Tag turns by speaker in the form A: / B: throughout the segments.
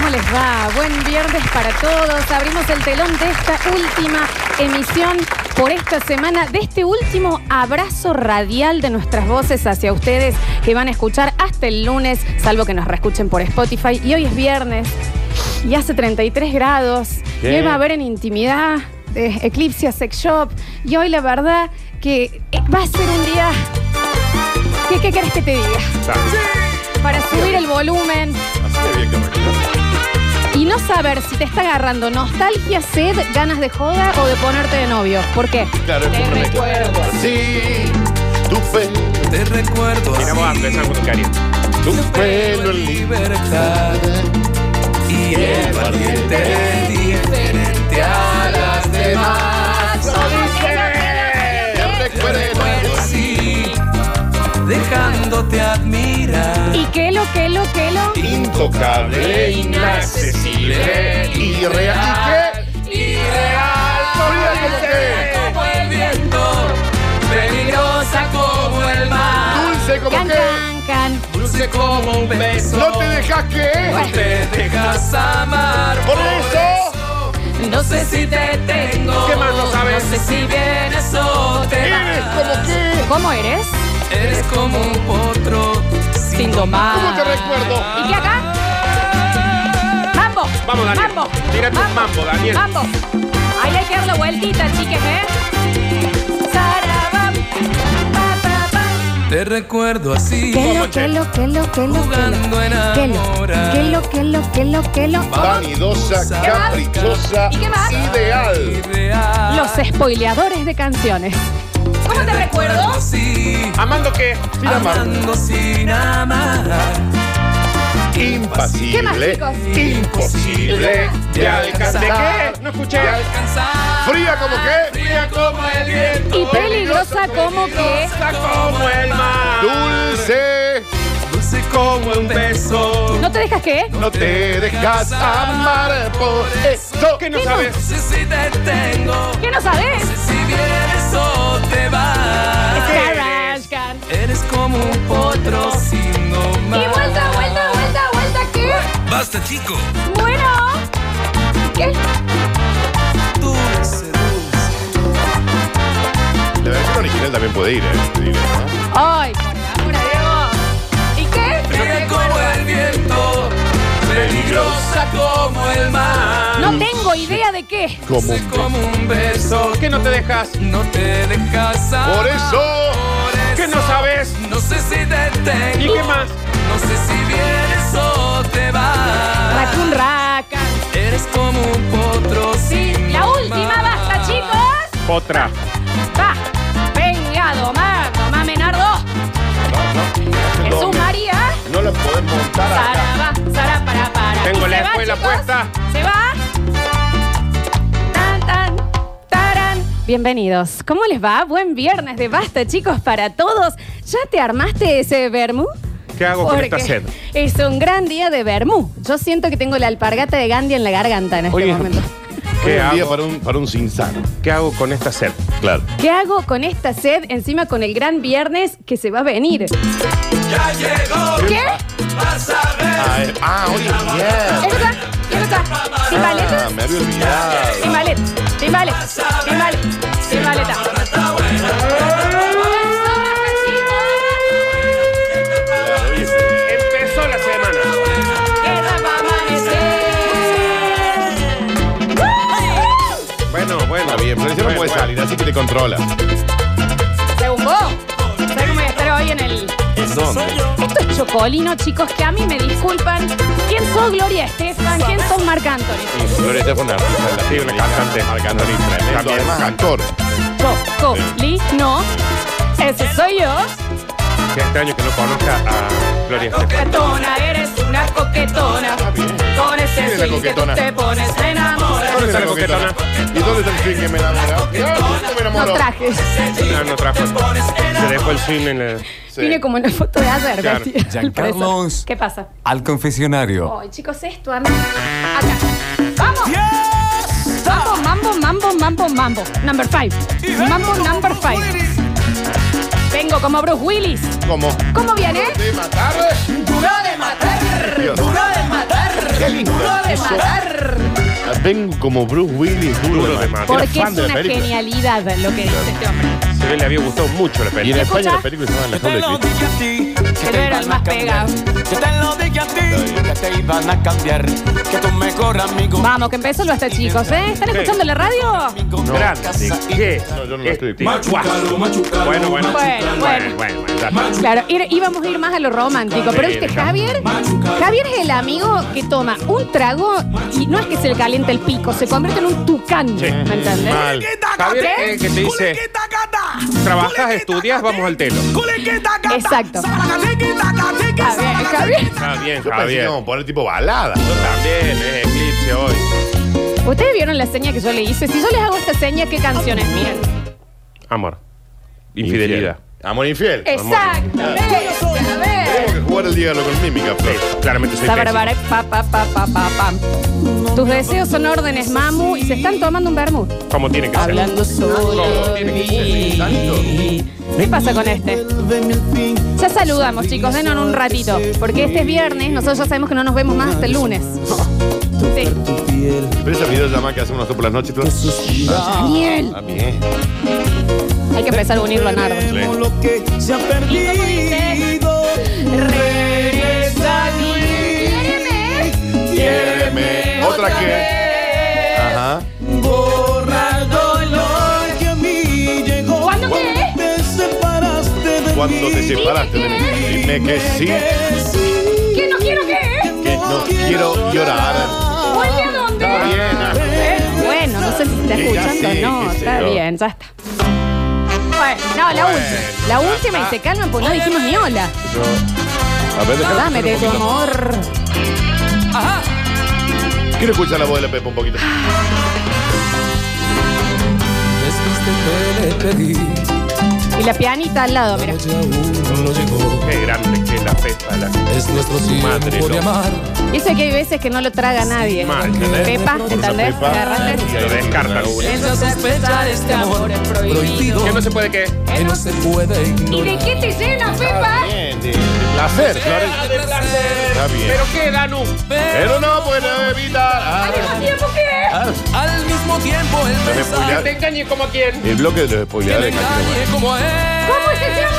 A: ¿Cómo les va? Buen viernes para todos. Abrimos el telón de esta última emisión por esta semana, de este último abrazo radial de nuestras voces hacia ustedes que van a escuchar hasta el lunes, salvo que nos reescuchen por Spotify. Y hoy es viernes y hace 33 grados.
B: ¿Qué?
A: Y hoy va a haber en intimidad, eh, Eclipse a Sex Shop. Y hoy la verdad que eh, va a ser un día... ¿Qué, qué querés que te diga?
B: Está.
A: Para subir el volumen,
B: Así de bien que me quedo.
A: Y no saber si te está agarrando nostalgia, sed, ganas de joda o de ponerte de novio. ¿Por qué?
B: Claro,
A: Te
B: es un
A: recuerdo.
B: Sí, tu fe,
C: Te recuerdo
D: Miramos a
C: así,
D: empezar con
B: tu
C: pelo
B: pelo
C: en
B: libre.
C: libertad Y el valiente diferente a las demás
B: Te
C: Te recuerdo
B: recuerdo.
C: así, dejándote admirar
A: Y que lo, que lo, que lo.
B: Intocable, inaccesible, irreal. ¿Y Irreal, olvídate.
C: Como el viento, peligrosa como el mar
B: Dulce como
A: Can,
B: que,
A: can, can.
C: Dulce como un beso
B: no te dejas que.
A: Bueno.
C: te dejas amar
B: Por eso,
C: No sé si te tengo.
B: ¿Qué más no sabes?
C: No sé si vienes o te
B: eres
C: vas.
B: como que.
A: ¿Cómo eres?
C: Eres como un potro sin
B: ¿Cómo te
C: domar.
B: recuerdo?
A: ¿Y qué acá? ¡Mambo!
D: Vamos, Daniel.
A: ¡Mambo!
D: Tírate un mambo, Daniel.
A: ¡Mambo! Ahí hay que dar la vueltita, chiques, ¿eh? Sarabam, pa, pa, pa.
C: Te recuerdo así.
E: Que lo, que lo, que lo, que lo, que lo,
C: Jugando a
E: que lo,
C: enamorar.
E: que lo, que lo, que lo, que lo,
B: Vanidosa,
C: ¿Qué
A: más?
B: caprichosa,
A: ¿Y qué más?
B: ideal.
C: Irreal.
A: Los spoileadores de canciones. ¿Cómo te recuerdo?
C: así.
D: Amando que
B: Sin amar,
C: amando sin amar.
A: ¿Qué más,
B: impasible,
A: chicos?
B: imposible de alcanzar.
D: ¿De qué? No escuché.
B: De alcanzar.
C: Cansar.
B: Fría como que,
C: Fría como el viento.
A: Y peligrosa como que.
D: Está como el mar.
B: dulce,
C: Dulce como un beso.
A: ¿No te dejas que?
B: no te dejas amar por eso.
D: ¿Qué no sabes?
C: No sé si te tengo.
A: ¿Qué no sabes?
C: No sé si vienes o te vas.
A: Trash can.
C: Eres como un potro sin nomás.
A: Y vuelta, vuelta, vuelta, vuelta, ¿qué?
C: Basta, chico.
A: Bueno. ¿Qué?
C: Dulce, dulce.
B: La versión original también puede ir, eh, te diré, ¿no?
A: Ay, por favor, Dios. ¿Y
C: Fría
A: qué?
C: como el viento. Peligrosa como el mar.
A: No tengo idea de qué.
B: Como
C: Dulce como un beso.
D: ¿Qué no te dejas?
C: No te dejas amar.
B: Por eso,
C: Por
D: ¿Qué no
C: eso.
D: sabes?
C: No sé si te
D: ¿Y
C: tengo.
D: qué más?
C: No sé si vienes o te vas.
A: Racun raca.
C: Eres como un potro sin
A: La
C: mamá.
A: última, basta, chicos.
D: Otra.
A: Va. Venga, domar, domá, Menardo. Jesús María.
B: no la podemos montar
A: Sara,
B: acá.
A: va, Sara, para, para.
D: Tengo
A: ¿Se
D: la
A: va,
D: escuela
A: chicos?
D: puesta.
A: Se va. Tan, tan, taran. Bienvenidos. ¿Cómo les va? Buen viernes de basta, chicos, para todos. ¿Ya te armaste ese vermú?
D: ¿Qué hago con esta sed?
A: Es un gran día de vermú. Yo siento que tengo la alpargata de Gandhi en la garganta en este
D: Oye.
A: momento.
D: ¿Qué
B: Hoy en día
D: hago?
B: para un, para un sinsano.
D: ¿Qué hago con esta sed?
B: Claro.
A: ¿Qué hago con esta sed encima con el gran viernes que se va a venir?
C: Ya llegó.
A: ¿Qué?
C: Vas a
B: Ah,
C: ver.
B: eh, ah, hoy es viernes.
A: ¿Es verdad? ¿Es verdad? ¿Timbaleta?
B: Ah, me había olvidado.
A: Timbaleta, timbaleta, timbaleta, timbaleta.
B: Claro, hoy es viernes.
D: Empezó la semana. Bueno, bueno,
B: Está bien, pero ese no
D: Bueno,
B: puede
D: bueno.
B: salir, así que te controla.
A: Según vos, ¿sabés cómo voy a estar hoy en el...?
B: ¿En dónde?
A: Esto es chocolino, chicos, que a mí me disculpan. ¿Quién sos Gloria Estefan? ¿Quién sos Marc Anthony?
B: Gloria Estefan, una artista
D: Sí, una cantante.
B: Arcanolista,
D: También.
B: además actor.
A: Chocolino. Ese soy yo.
D: Qué extraño que no conozca a Gloria Estefan.
A: Coquetona, eres una coquetona. Con
B: ¿Quién
A: ese swing
B: es la
A: que tú
B: coquetona?
A: te pones, te enamoras.
D: ¿Dónde está la coquetona?
B: ¿Y dónde está el swing que me enamora? Yo me
A: No
B: enamoro.
A: trajes.
D: No, no trajo. Se dejó el swing en el...
B: Sí.
A: Viene como una foto de ayer,
D: Claro.
A: vestida, al
F: Giancarlos.
A: parecer. ¿Qué pasa?
F: Al confesionario.
A: Ay, chicos, esto, a mí. Acá. ¡Vamos! Mambo, mambo, mambo, mambo, mambo. Number five. Mambo number five. Vengo como Bruce Willis.
B: ¿Cómo?
A: ¿Cómo viene?
B: ¿De matar?
A: Duro de matar.
B: Dios.
A: de matar.
B: Qué lindo.
A: Duro de matar.
B: Vengo como Bruce Willis, duro,
D: Duro
B: de
D: de
B: matar.
D: matar.
A: Porque
B: Fan
A: es
B: de la
A: una
B: película.
A: genialidad lo que dice este hombre.
D: Se ve, le había gustado mucho
B: Y
D: la
B: en
D: película.
B: España
A: ¿Escucha?
B: las películas se llaman La
C: Yo te
B: Jaula
C: lo
B: de Cristo.
C: dije a ti.
A: Que no era el más pegado.
C: Yo te lo dije a ti.
B: bien.
C: Que te iban a cambiar. Que tu mejor amigo.
A: Vamos, que empezó lo hasta chicos, ¿eh? ¿Están
D: Sí.
A: escuchando la radio?
C: amigo de
D: Grande,
C: casa y-
D: ¿qué?
B: No, yo no lo estoy escuchando.
D: Machucado, machucado. Bueno, bueno.
A: Bueno, bueno.
D: bueno, bueno, ya está.
A: Claro, ir- íbamos a ir más a lo romántico, pero viste, Javier, Javier es el amigo que toma un trago y no es que se le caliente el pico, se convierte en un tucán, ¿me entendés?
B: Mal.
D: Javier, eh, que te dice, trabajas, estudias, vamos al telo.
A: Exacto. Javier, Javier.
D: Está bien,
B: Yo pensé que
D: Javier.
B: íbamos a poner tipo balada.
D: Yo también, es eclipse hoy.
A: ¿Ustedes vieron la seña que yo le hice? Si yo les hago esta seña, ¿qué canciones? Miren.
D: Amor. Infidelidad.
B: Infiel. Amor infiel.
A: Exactamente. A
B: Tenemos
A: ver.
B: que jugar el diálogo con mímica, Flor.
D: Claramente soy pésimo.
A: Sabarabara, pa, pa, pa, pa, pa, pa. Tus deseos son órdenes, mamu, y se están tomando un vermut.
D: ¿Cómo tiene que ser?
C: Hablando solo de mí.
A: ¿Qué pasa con este? Ya saludamos, chicos, denos un ratito. Porque este es viernes, nosotros ya sabemos que no nos vemos más hasta el lunes. Sí.
B: Pero esa videollamada que hacemos nosotros por las noches, Flor.
A: Daniel.
B: También.
A: Hay que empezar a unirlo a Nardo.
F: lo que se ha perdido.
C: Regresa
A: Quiéreme.
B: Quiéreme. Otra que. Ajá.
C: Borra el dolor.
F: Que a mí llegó.
A: ¿Cuándo qué?
F: Te separaste de
B: Cuando
F: mí.
B: te separaste de mí, dime que sí,
F: Que sí,
A: ¿Qué no quiero qué?
B: que no quiero llorar.
A: ¿Vuelve a dónde?
B: Está bien.
A: Bueno, no sé si está
B: Sí, ya
A: escuchando o
B: sí,
A: no.
B: qué sé
A: Está
B: yo.
A: bien, ya está. Bueno, no, la última. La última y se calman porque no dijimos ni hola.
B: A ver, déjame.
A: Dame de tu amor.
B: Quiero escuchar la voz de la Pepa un poquito.
C: Después te pedí,
A: Y la pianita al lado, mira.
C: pero aún no llegó.
D: Qué grande que es la festa. La...
C: Es nuestro
D: Madre,
C: tiempo de
D: loco.
C: amar.
A: Eso que hay veces que no lo traga nadie.
D: Mal, ¿entendés?
A: Pepa, ¿entendés?
B: Pepa.
A: Agarrate.
D: Y lo descartan.
G: Eso sospechar este amor es prohibido.
D: Que no se puede que.
G: Que no
C: se puede
A: ¿Y de
C: ignorar.
A: qué te llena, Pepa?
B: Bien, de, de placer, Flor. Está bien.
D: Pero qué, Danu.
B: Pero no puedo evitar. Ah,
A: ¿Al mismo tiempo que?
B: ah.
G: Al mismo tiempo el
B: Los
G: pensar
D: Te
B: spoileados-
D: engañe como a quien.
B: El bloque de los
G: que me
B: spoileadores.
G: engañe como es.
A: ¿Cómo es ese amor?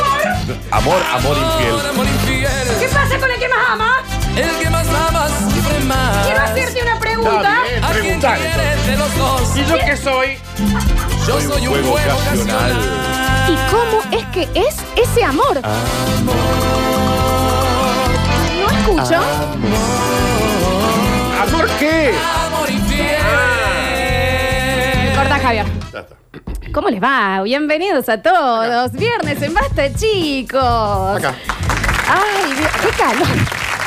B: Amor, amor
G: Amor,
B: infiel.
G: amor infiel.
A: ¿Qué pasa con el que más ama?
G: El que más amas sufre más.
A: Quiero hacerte una pregunta.
B: Está bien,
G: ¿A quién
B: preguntar.
G: quieres de los dos?
D: Ah, ¿Y yo qué soy?
G: Yo
B: Soy un
G: soy un
B: juego
G: juego
B: ocasional.
G: ocasional.
A: ¿Y cómo es que es ese amor? ¿No escucho?
D: ¿Amor qué?
G: Amor infiel.
A: Corta, Javier.
B: Ya está.
A: ¿Cómo les va? Bienvenidos a todos. Viernes en Basta, chicos.
B: Acá.
A: Ay, Dios, qué calor.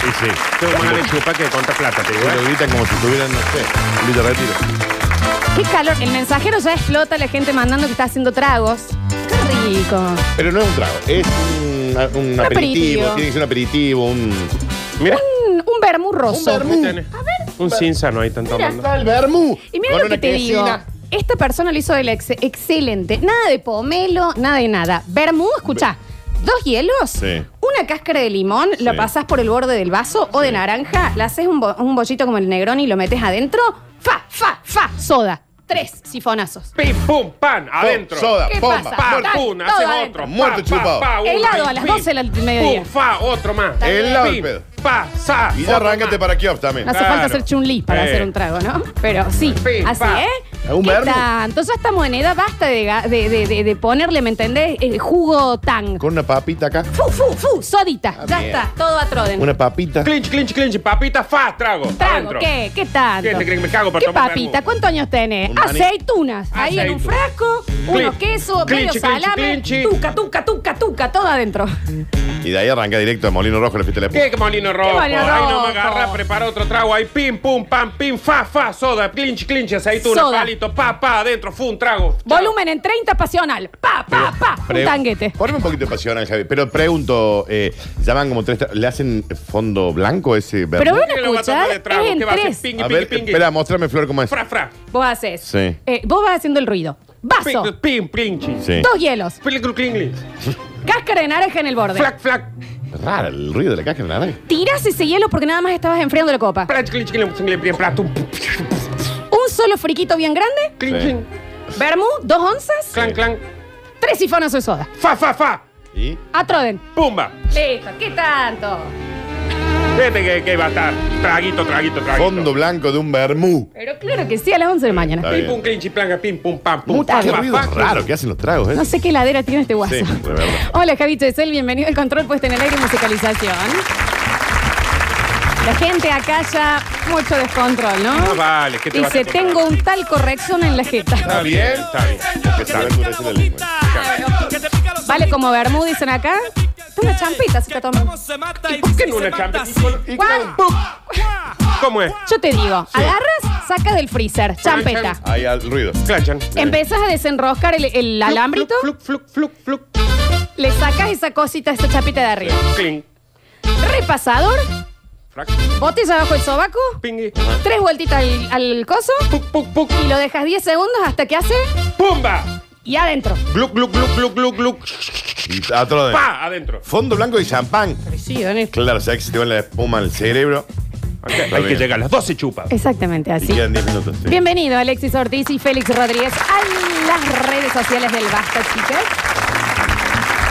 B: Sí, sí.
D: Tengo más de chupa que contra plata, te digo.
B: Bueno,
D: ¿eh?
B: gritan como si tuvieran, no sé, un litro de retiro.
A: Qué calor. El mensajero ya explota, la gente mandando que está haciendo tragos. Qué rico.
B: Pero no es un trago, es un, un aperitivo,
A: aperitivo.
B: tiene que ser un aperitivo, un...
D: Mira.
A: Un, Mm, un vermú roso.
D: Ahí tenés. Un sinsano ahí tanto hablando.
B: Está el vermú.
A: Y mira
B: con
A: lo que
B: una
A: te digo.
B: quesina.
A: Esta persona lo hizo del ex- excelente. Nada de pomelo, nada de nada. Vermú, escucha. Dos hielos,
B: Sí.
A: una cáscara de limón, la
B: Sí.
A: pasás por el borde del vaso o de naranja, la haces un, bo- un bollito como el negrón y lo metes adentro. Fa, fa, fa, soda. Tres sifonazos.
D: Pim, pum, pan, adentro.
B: soda,
A: ¿Qué
B: pomba,
A: pasa?
D: Pan,
A: Dale,
D: Ah, pum,
A: todo
D: hacemos
A: adentro.
D: otro. Pa,
B: Muerto
D: pa,
B: chupado.
D: pa, uno,
A: Helado a las
D: pim,
A: 12 del
D: pim,
A: mediodía.
D: Pum, fa, otro más.
B: bien. Helado el
D: Pim,
B: pedo.
D: Pa, sa.
B: Y ya
D: otro
B: este arráncate
D: más.
B: para kiosk también.
A: No hace falta
D: Claro.
A: hacer chunli para
D: Sí.
A: hacer un trago, ¿no? Pero sí,
D: Pim,
A: así,
D: pam.
A: ¿eh?
B: Un
A: ¿Qué
B: vermú.
A: tanto? Ya estamos en edad, basta de, ga- de, de- de- de ponerle, ¿me entendés? El jugo tan.
B: Con una papita acá.
A: Fu, fu, fu, sodita.
D: Ah,
A: ya
B: bien.
A: está, todo a troden.
B: Una papita.
D: Clinch, clinch, clinch, papita, fa, trago.
A: ¿Trago
D: adentro.
A: qué? ¿Qué tanto?
D: ¿Qué te crees que me cago para
A: ¿Qué
D: tomar
A: papita?
D: vermú?
A: ¿Cuántos años tenés?
B: Un maní.
A: Aceitunas. Ahí en un
D: Aceitunas.
A: frasco, unos
D: Clinch,
A: quesos,
D: clinch,
A: medio
D: clinch,
A: salame.
D: clinch.
A: Tuca, tuca, tuca, tuca, todo adentro.
B: Y de ahí arranca directo a Molino Rojo la fiesta de la
D: ¿Qué molino rojo?
A: molino
D: Ahí
A: rojo?
D: no me agarra, prepara otro trago. Ahí pim, pum, pam, pim, fa, fa, soda, clinch, clinch, aceituna,
A: Soda.
D: palito, pa, pa, adentro, fue un trago.
A: Volumen en 30 pasional. Pa, pa, pa. Un
B: Pre-
A: tanguete.
B: Poneme un poquito de pasión, Ángel Javier. Pero pregunto, eh, ya van como tres. tra- ¿Le hacen fondo blanco ese vermú?
A: Pero ven a
D: ¿Qué le va a
A: escuchar,
D: tomar de
A: es
D: trago?
A: en
D: ¿Qué va a hacer?
A: tres.
D: Pingui,
B: A
D: pingui,
B: ver,
D: pingui.
B: espera, mostrame, Flor, cómo es.
D: Fra, fra.
A: Vos haces.
B: Sí.
A: Eh, vos vas haciendo el ruido. Vaso.
D: Pim, pim, clinch.
B: Sí.
A: Dos hielos.
D: Pelicru, clinch.
A: Cáscara de naranja en el borde.
D: Flac, flac.
B: Rara el ruido de la caja de naranja.
A: Tirás ese hielo porque nada más estabas enfriando la copa.
D: Plach, clinch, clinch, clinch, clinch, platum,
A: Un solo friquito bien grande,
D: clinch,
B: Sí.
D: clinch,
A: vermú, dos onzas,
D: clan, clan,
A: tres sifonazos de soda.
D: fa, fa, fa,
B: ¿Y?
A: Atroden.
D: pumba.
A: Listo, ¿qué tanto?
D: Vete que, que va a estar. Traguito, traguito, traguito.
B: Fondo blanco de un bermú.
A: Pero claro que sí, a las 11 de la mañana.
B: Está
D: Pim,
B: bien.
D: pum, clinch, planga, pim, pum, pam, pum,
A: Puta,
D: pam,
B: Qué
D: pam,
B: ruido
D: pam.
B: eh. raro que hacen los tragos, ¿eh?
A: No sé qué ladera tiene este guaso.
B: Sí, de verdad.
A: Hola, Javi Chesel, bienvenido al control puesto en el aire y musicalización. La gente acá ya mucho descontrol, ¿no?
D: Ah, vale, ¿qué te vas a
A: Dice,
D: comprar?
A: tengo un tal corrección en la jeta.
D: Está bien, está bien.
B: Que se va a endurecer la lengua.
A: Vale como Bermú, dicen acá. Es Una champita se está tomando.
D: ¿Y por qué no una champa?
B: Y
A: Juan,
B: claro,
D: ¿Cómo es?
A: Yo te digo, agarras, sacas del freezer, champeta.
B: Ahí al ruido.
D: Clanchan.
A: Empezás a desenroscar el, el alambrito,
D: Fluc, fluc, fluc, fluc,
A: le sacas esa cosita, esa chapita de arriba.
D: fluc. Clink.
A: Repasador,
D: Frac.
A: botes abajo el sobaco,
D: Pingui.
A: tres vueltitas al, al coso
D: Puc, puc, puc.
A: y lo dejas 10 segundos hasta que hace
D: ¡Pumba!
A: y adentro.
D: Gluc, gluc, gluc, gluc, gluc, gluc.
B: Y a otro de-
D: ¡Pa! Adentro.
B: Fondo blanco y champán.
A: Sí, Daniel.
B: Claro, o sea que se te va la espuma al cerebro. Está
D: Hay que
B: bien.
D: llegar a las 12 chupas.
A: Exactamente
B: Y
A: así.
B: quedan 10 minutos. sí.
A: Bienvenido Alexis Ortiz y Félix Rodríguez a las redes sociales del Basta, chicas.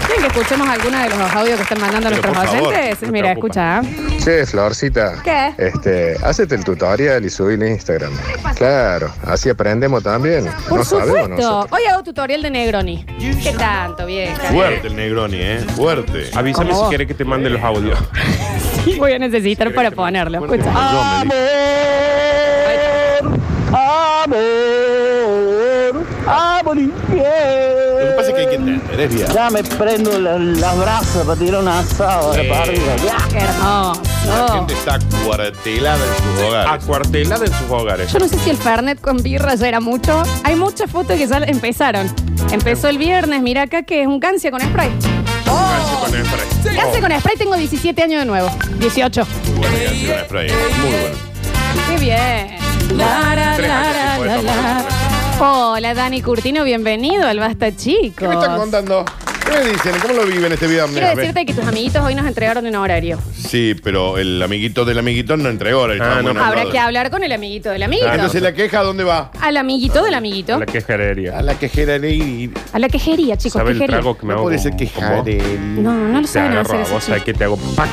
A: ¿Quieren que escuchemos alguno de los audios que están mandando
B: Pero,
A: nuestros
B: por favor,
A: oyentes?
B: me
A: Mira,
B: preocupa.
A: escucha. ¿eh?
H: Che, Florcita.
A: ¿Qué?
H: Este, hacete el tutorial y subile a Instagram. Claro, así aprendemos también.
A: Por
H: no sabemos
A: supuesto.
H: nosotros.
A: Hoy hago tutorial de Negroni. ¿Qué tanto, vieja?
B: Fuerte el Negroni, ¿eh? Fuerte.
D: Avísame
A: Como
D: si
A: vos.
D: quieres que te mande los audios.
A: Sí, voy a necesitar para ponerlo. Escucha.
I: Amor, amor
B: Lo que pasa es que hay que
I: infiel.
B: entender, es bien.
I: Ya me prendo la, la brasa para tirar un asado
D: Eh.
I: de para arriba. Ya.
A: Qué
B: La
A: hermoso.
B: gente está cuartelada en sus hogares.
D: Acuartelada en sus hogares.
A: Yo no sé si el Fernet con birra ya era mucho. Hay muchas fotos que ya empezaron. Empezó el viernes, mira acá que es un gancia con spray. Oh.
D: Así con el spray.
A: Gancia con spray tengo 17 años de nuevo. 18.
B: Muy buena canción, es por ahí. Muy buena.
A: Qué bien. La, la,
D: Tres años
A: la,
D: después
A: la,
D: de tomar
A: la. Hola Dani Curtino, bienvenido al Basta Chicos.
B: ¿Qué me están contando? ¿Qué me dicen? ¿Cómo lo viven este viernes?
A: Quiero decirte que tus amiguitos hoy nos entregaron un horario.
B: Sí, pero el amiguito del amiguito no entregó. el
D: Ah,
B: chabón,
D: no,
B: no,
A: Habrá
B: no.
A: que hablar con el amiguito del amiguito.
B: Ah, Entonces la queja, ¿a dónde va?
A: Al amiguito del amiguito.
D: Ah, La quejerería.
B: A la quejera Ney.
A: A la quejería, chicos,
D: ¿Sabes el
A: quejería.
D: trago que me
B: No
D: hago?
B: puede
D: con-
B: ser
D: con
B: queja
D: vos?
B: de
A: No, no lo
D: Te
A: saben hacer
D: agarro a
A: eso.
D: vos, ¿sabes
A: chicos.
D: que te hago? ¡Pac!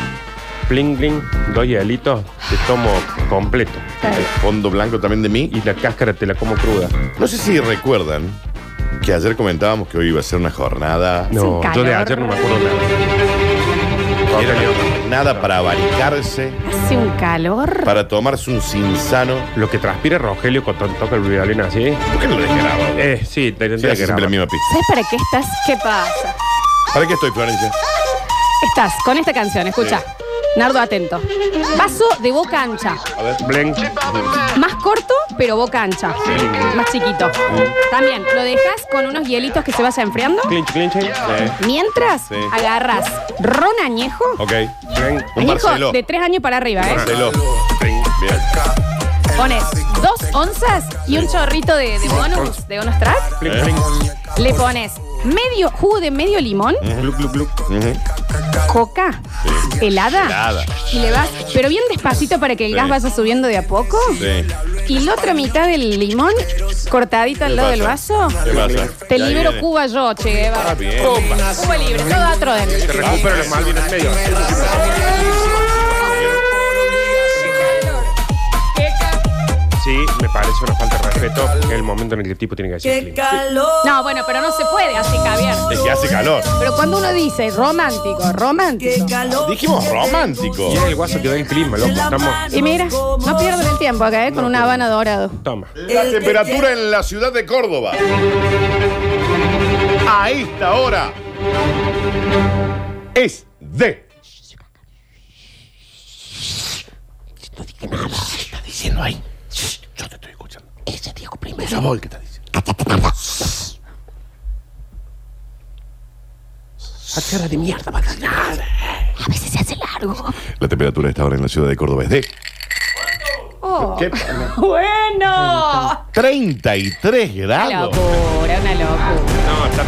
D: Bling, bling, dos hielitos, te tomo completo.
B: El fondo blanco también de mí.
D: Y la cáscara te la como cruda.
B: No sé si recuerdan que ayer comentábamos que hoy iba a ser una jornada.
A: Hace un
D: No, yo de
A: calor.
D: ayer no me acuerdo nada.
B: Era nada para abanicarse,
A: Hace un calor.
B: para tomarse un sinsano.
D: Lo que transpira Rogelio cuando toca el violín así.
B: ¿Por qué no lo dejé grabado?
D: Eh, sí, te
B: Sí,
D: tendría
B: hace siempre la
D: que grabar.
B: misma pista.
A: ¿Sabes para qué estás? ¿Qué pasa?
B: ¿Para qué estoy, Florencia?
A: Estás con esta canción, escucha. Nardo atento. Vaso de boca ancha.
B: A ver.
D: Bling.
A: Más corto, pero boca ancha. Más chiquito. También lo dejas con unos hielitos que se vaya enfriando.
D: Clinch, clinch.
B: Eh,
A: Mientras
B: Sí. Oh,
A: agarras ron añejo.
B: ok.
D: Bling.
B: Un
A: Añejo
B: Barceló.
A: de tres años para arriba, ¿eh?
B: Barceló. Bien.
A: Pones dos onzas y un chorrito de, de bonus, de bonus track.
B: Eh.
D: Bling, bling.
A: Le pones medio jugo de medio limón,
D: Gluc, gluc, gluc.
B: Ujú.
A: coca, helada,
B: Helada.
A: y le vas, pero bien despacito para que el
B: Sí.
A: gas vaya subiendo de a poco.
B: Sí.
A: Y la otra mitad del limón cortadita al
B: ¿Qué
A: lado del
B: pasa?
A: vaso.
B: ¿Qué pasa?
A: Te
B: Ya
A: libero
B: viene.
A: Cuba yo, Che Guevara.
B: Ah, bien.
A: Cuba libre, todo otro
D: Te
A: de
D: recupero las Malvinas en medio. Sí, me parece una falta de respeto el momento en el que el tipo tiene que decir clean.
A: No, bueno, pero no se puede así, Javier.
B: Es que hace calor.
A: Pero cuando uno dice romántico, romántico.
B: Dijimos romántico.
D: Y es el guaso que da el clima, loco. Estamos.
A: Y mira, no pierden el tiempo acá, ¿eh? Con una habana dorado.
D: Toma.
B: La temperatura en la ciudad de Córdoba. A esta hora. Es de. No dije nada. No dije nada. Está diciendo ahí. Yo te estoy escuchando. Ella dijo primero. Esa voz que está diciendo. ¿A qué hora de mierda va a A veces se hace largo. La temperatura a esta hora en la ciudad de Córdoba es de
A: Oh.
B: ¿Qué?
A: Bueno.
B: 33
A: Una
B: grados.
A: locura, una locura.
D: No, está,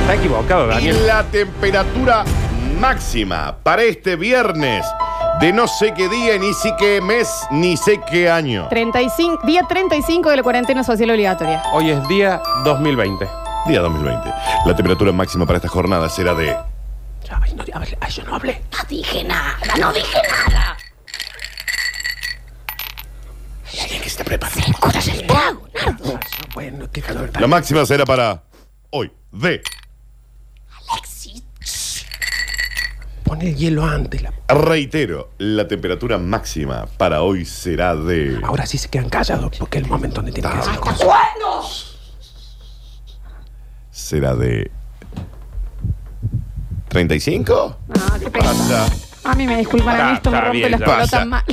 D: está equivocado,
B: Y
D: Daniel.
B: la temperatura máxima para este viernes de no sé qué día, ni sé qué mes, ni sé qué año.
A: 35, día 35 de la cuarentena social obligatoria.
D: Hoy es día 2020.
B: Día 2020. La temperatura máxima para esta jornada será de...
D: Bueno, qué calor.
B: La máxima será para hoy de...
D: Pon el hielo antes. la-
B: Reitero, la temperatura máxima para hoy será de...
D: Ahora sí se quedan callados porque es el momento donde tienen que decir cosas.
B: Será de... ¿35?
A: No, qué pena.
B: Pasa.
A: A mí me disculpan, a mí
D: Está-
A: esto me
D: está
A: rompe
D: bien,
A: las
D: ya.
A: pelotas
B: Pasa.
A: mal.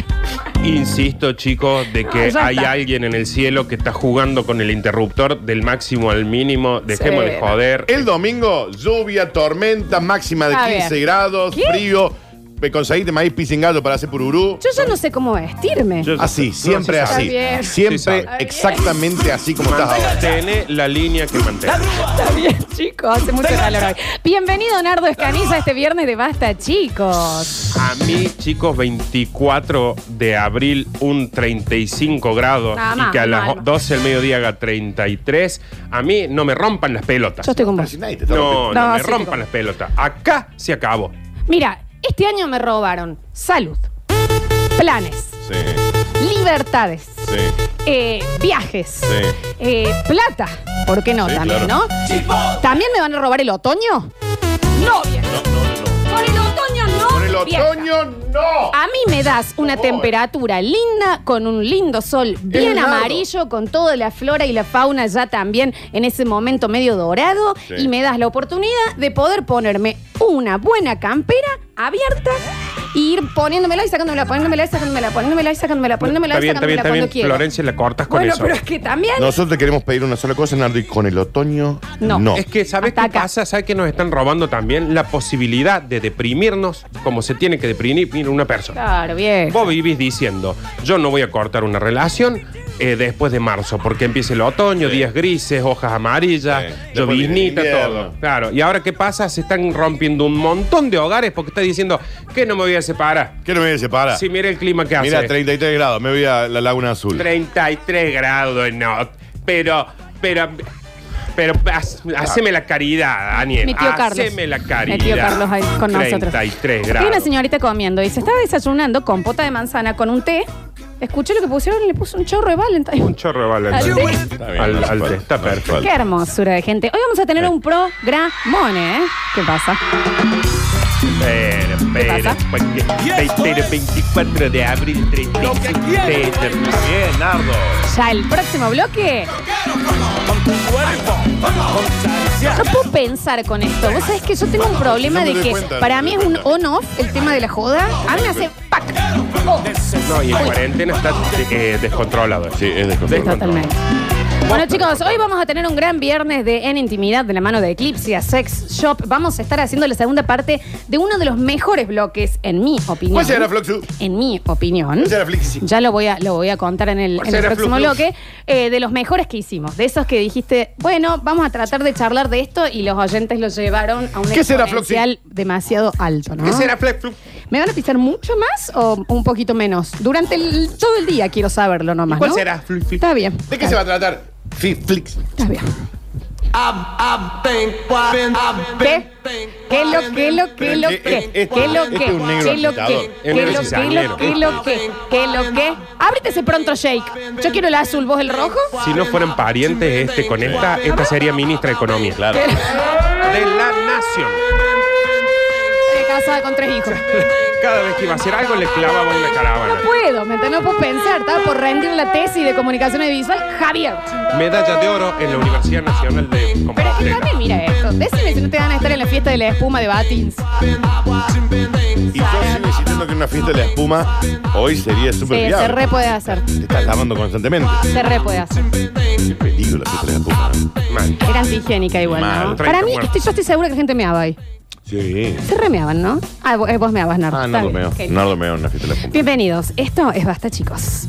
D: Insisto, chicos, de que
A: No, Ah, ya
D: hay
A: está.
D: alguien en el cielo que está jugando con el interruptor del máximo al mínimo. Dejemos de
A: Sí.
D: joder.
B: El domingo, lluvia, tormenta, máxima de
A: A ver.
B: 15 grados,
A: ¿Qué?
B: frío. Me conseguiste maíz pisingado para hacer pururú.
A: Yo ya no sé cómo vestirme.
D: Yo-
B: Así,
D: No,
B: siempre
D: sí
B: así.
A: Está
D: sabe.
A: bien.
D: Sí
B: Siempre
D: sabe.
B: exactamente así como estás ahora.
D: Mantene la línea que mantén.
A: Está bien, chicos, hace mucho calor hoy. Bienvenido, Nardo Escaniza, este viernes de Basta, chicos.
D: A mí, chicos, 24 de abril, un 35 grados
A: Nada
D: y
A: más,
D: que a las
A: mal.
D: 12 del mediodía haga 33, a mí no me rompan las pelotas.
A: Yo estoy con vos.
B: Casi nadie te está
D: No, no,
B: rompiendo.
A: No,
D: me
A: sí,
D: rompan
A: tengo-
D: las pelotas. Acá se acabó.
A: Mira, este año me robaron salud, planes,
B: Sí,
A: libertades,
B: sí.
A: eh, viajes,
B: Sí.
A: eh, plata. ¿Por qué no
B: Sí,
A: también,
B: claro.
A: no? ¿También me van a robar el otoño? No, bien.
B: No, no, no.
A: Por el otoño no.
B: Con el
A: vieja.
B: otoño, no.
A: A mí me das una
B: favor.
A: temperatura linda, con un lindo sol bien
B: helado.
A: amarillo, con toda la flora y la fauna ya también en ese momento medio dorado,
B: Sí.
A: y me das la oportunidad de poder ponerme una buena campera abierta y ir poniéndomela y sacándomela, poniéndomela y sacándomela, poniéndomela y sacándomela, poniéndomela
D: está
A: y
D: bien, está bien,
A: sacándomela
D: está
A: cuando
D: bien.
A: quiero.
D: Florencia, la cortas con
A: Bueno,
D: eso.
A: pero es que también
B: Nosotros te queremos pedir una sola cosa, Nardi, con el otoño,
A: No.
B: no.
D: Es que, ¿sabes qué
A: Hasta acá.
D: pasa? ¿Sabes que nos están robando también la posibilidad de deprimirnos como se tiene que deprimir una persona?
A: Claro, bien.
D: Vos vivís diciendo, yo no voy a cortar una relación eh, después de marzo, porque empieza el otoño, días grises, hojas amarillas,
B: Sí. Después
D: lloviznita,
B: viene el invierno.
D: todo. Claro, y ahora qué pasa, se están rompiendo un montón de hogares porque está diciendo que no me voy a separar.
B: ¿Qué no me voy a separar?
D: Si Ah. mira el clima que hace.
B: Mira, 33 grados, me voy a la Laguna Azul.
D: 33 grados, no. Pero, pero, pero, haz- haceme la caridad, Daniel.
A: Mi tío Carlos.
D: Haceme la caridad.
A: Mi tío Carlos ahí con nosotros.
D: 33
A: Hay una
D: grados.
A: señorita comiendo y se estaba desayunando con pota de manzana con un té. Escuché lo que pusieron y le puso un chorro de Valentine.
D: Un chorro de
A: Al té.
D: Valentine.
B: Está bien, no
D: Al,
B: hace
D: al té,
B: falta,
D: está
B: no hace
D: perfecto.
A: Qué hermosura de gente. Hoy vamos a tener un programón, ¿eh? ¿Qué pasa?
D: Pero, pero,
A: pasa?
D: porque- pero 24 de abril, 35 de
B: Bien, Nardo.
A: Ya el próximo bloque. No puedo pensar con esto. Vos sabés que yo tengo un problema
B: No me
A: de
B: doy
A: que
B: cuenta,
A: para
B: no me
A: mí es
B: doy
A: un
B: cuenta.
A: on-off el tema de la joda. A mí me hace pac. Oh,
D: No, y en cuarentena está eh, descontrolado.
B: Sí, es descontrolado.
A: totalmente. Bueno chicos, hoy vamos a tener un gran viernes de En Intimidad de la mano de Eclipse Sex Shop. Vamos a estar haciendo la segunda parte de uno de los mejores bloques, en mi opinión.
B: ¿Cuál será, Floxu?
A: En mi opinión.
B: ¿Cuál será, Flixi?
A: Ya lo voy a, lo voy a contar en el, en el
D: Marcela
A: próximo
D: Flux Flux.
A: bloque. eh, de los mejores que hicimos, de esos que dijiste, bueno, vamos a tratar de charlar de esto y los oyentes lo llevaron a un
B: ¿Qué será,
A: exponencial demasiado alto, ¿no?
D: ¿Qué será Flex Flux?
A: ¿Me van a pisar mucho más o un poquito menos? Durante el- todo el día quiero saberlo nomás.
D: ¿Cuál
A: ¿no?
D: será Flux Flux?
A: Está bien.
B: ¿De qué se va a tratar? Fi- Flix.
A: Está bien. ¿Qué? ¿Qué lo que lo que lo que?
B: Este-
A: ¿Qué lo
B: este
A: que?
B: es un negro
A: ¿Qué lo
B: agitador.
A: que?
D: Es
A: ¿Qué
D: un
A: lo que lo
D: cizañero.
A: que lo que? ¿Qué lo que? Ábrete ese pronto shake. Yo quiero el azul, vos el rojo.
D: Si no fueran parientes este con esta, esta sería ministra de Economía.
B: Claro.
D: De la nación.
A: Estoy casada con tres hijos.
D: Cada vez que iba a hacer algo le clavaba una
A: No
D: caravana.
A: puedo, me no puedo pensar, estaba por rendir la tesis de comunicación visual, Javier.
D: Medalla de oro en la Universidad Nacional de
A: Pero es que
D: Compostela.
A: también mira esto. Decime si no te van a estar en la fiesta de la espuma de Batins.
B: Y yo sigo insistiendo que una fiesta de la espuma hoy sería súper
A: Sí, se
B: viable.
A: re puede hacer.
B: Te estás lavando constantemente.
A: Se re puede hacer.
B: Qué peligro la fiesta de la espuma. ¿eh?
D: Mal.
A: Era antihigiénica igual,
B: Mal,
A: ¿no?
D: 30
A: Para mí,
D: muertos.
A: estoy- yo estoy segura que la gente meaba ahí.
B: Sí.
A: Se remeaban, ¿no? Ah, vos, eh, vos meabas, Nardo.
B: Ah,
A: Está
B: no lo
A: bien,
B: meo.
A: ok.
B: No lo meo en una fiesta de la espuma.
A: Bienvenidos. Esto es Basta, chicos.